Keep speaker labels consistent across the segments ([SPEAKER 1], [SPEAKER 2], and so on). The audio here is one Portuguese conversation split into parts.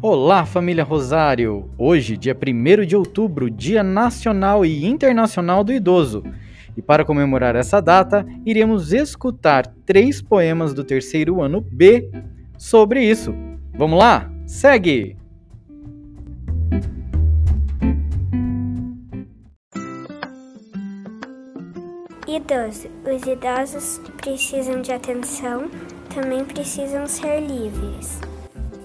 [SPEAKER 1] Olá, família Rosário! Hoje, dia 1 de outubro, Dia Nacional e Internacional do Idoso. E para comemorar essa data, iremos escutar três poemas do terceiro ano B sobre isso. Vamos lá? Segue!
[SPEAKER 2] Idoso. Os idosos precisam de atenção, também precisam ser livres.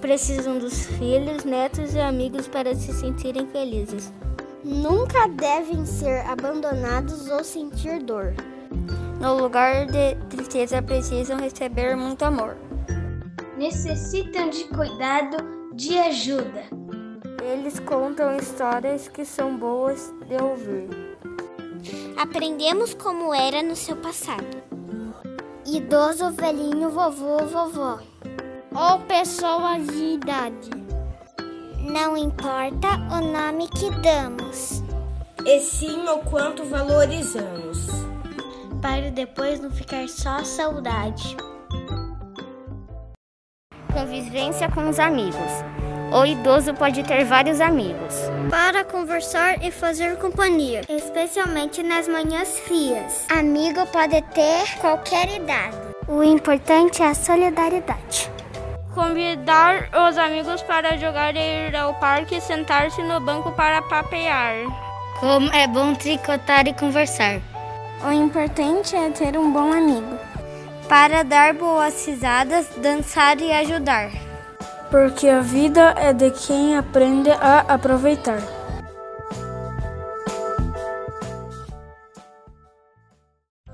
[SPEAKER 3] Precisam dos filhos, netos e amigos para se sentirem felizes.
[SPEAKER 4] Nunca devem ser abandonados ou sentir dor.
[SPEAKER 5] No lugar de tristeza, precisam receber muito amor.
[SPEAKER 6] Necessitam de cuidado, de ajuda.
[SPEAKER 7] Eles contam histórias que são boas de ouvir
[SPEAKER 8] aprendemos como era no seu passado.
[SPEAKER 9] Idoso, velhinho, vovô, vovó.
[SPEAKER 10] Ou pessoa de idade.
[SPEAKER 11] Não importa o nome que damos.
[SPEAKER 12] E sim o quanto valorizamos.
[SPEAKER 13] Para depois não ficar só saudade.
[SPEAKER 14] Convivência com os amigos. O idoso pode ter vários amigos.
[SPEAKER 15] Para conversar e fazer companhia,
[SPEAKER 16] especialmente nas manhãs frias.
[SPEAKER 17] Amigo pode ter qualquer idade.
[SPEAKER 18] O importante é a solidariedade.
[SPEAKER 19] Convidar os amigos para jogar e ir ao parque e sentar-se no banco para papear.
[SPEAKER 20] Como é bom tricotar e conversar.
[SPEAKER 21] O importante é ter um bom amigo.
[SPEAKER 22] Para dar boas risadas, dançar e ajudar
[SPEAKER 23] porque a vida é de quem aprende a aproveitar.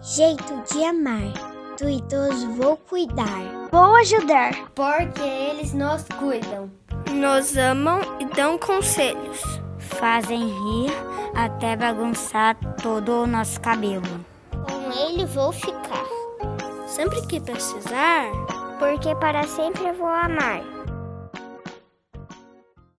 [SPEAKER 24] Jeito de amar. Do idoso vou cuidar.
[SPEAKER 25] Vou ajudar.
[SPEAKER 26] Porque eles nos cuidam.
[SPEAKER 27] Nos amam e dão conselhos.
[SPEAKER 28] Fazem rir até bagunçar todo o nosso cabelo.
[SPEAKER 29] Com ele vou ficar.
[SPEAKER 30] Sempre que precisar.
[SPEAKER 31] Porque para sempre vou amar.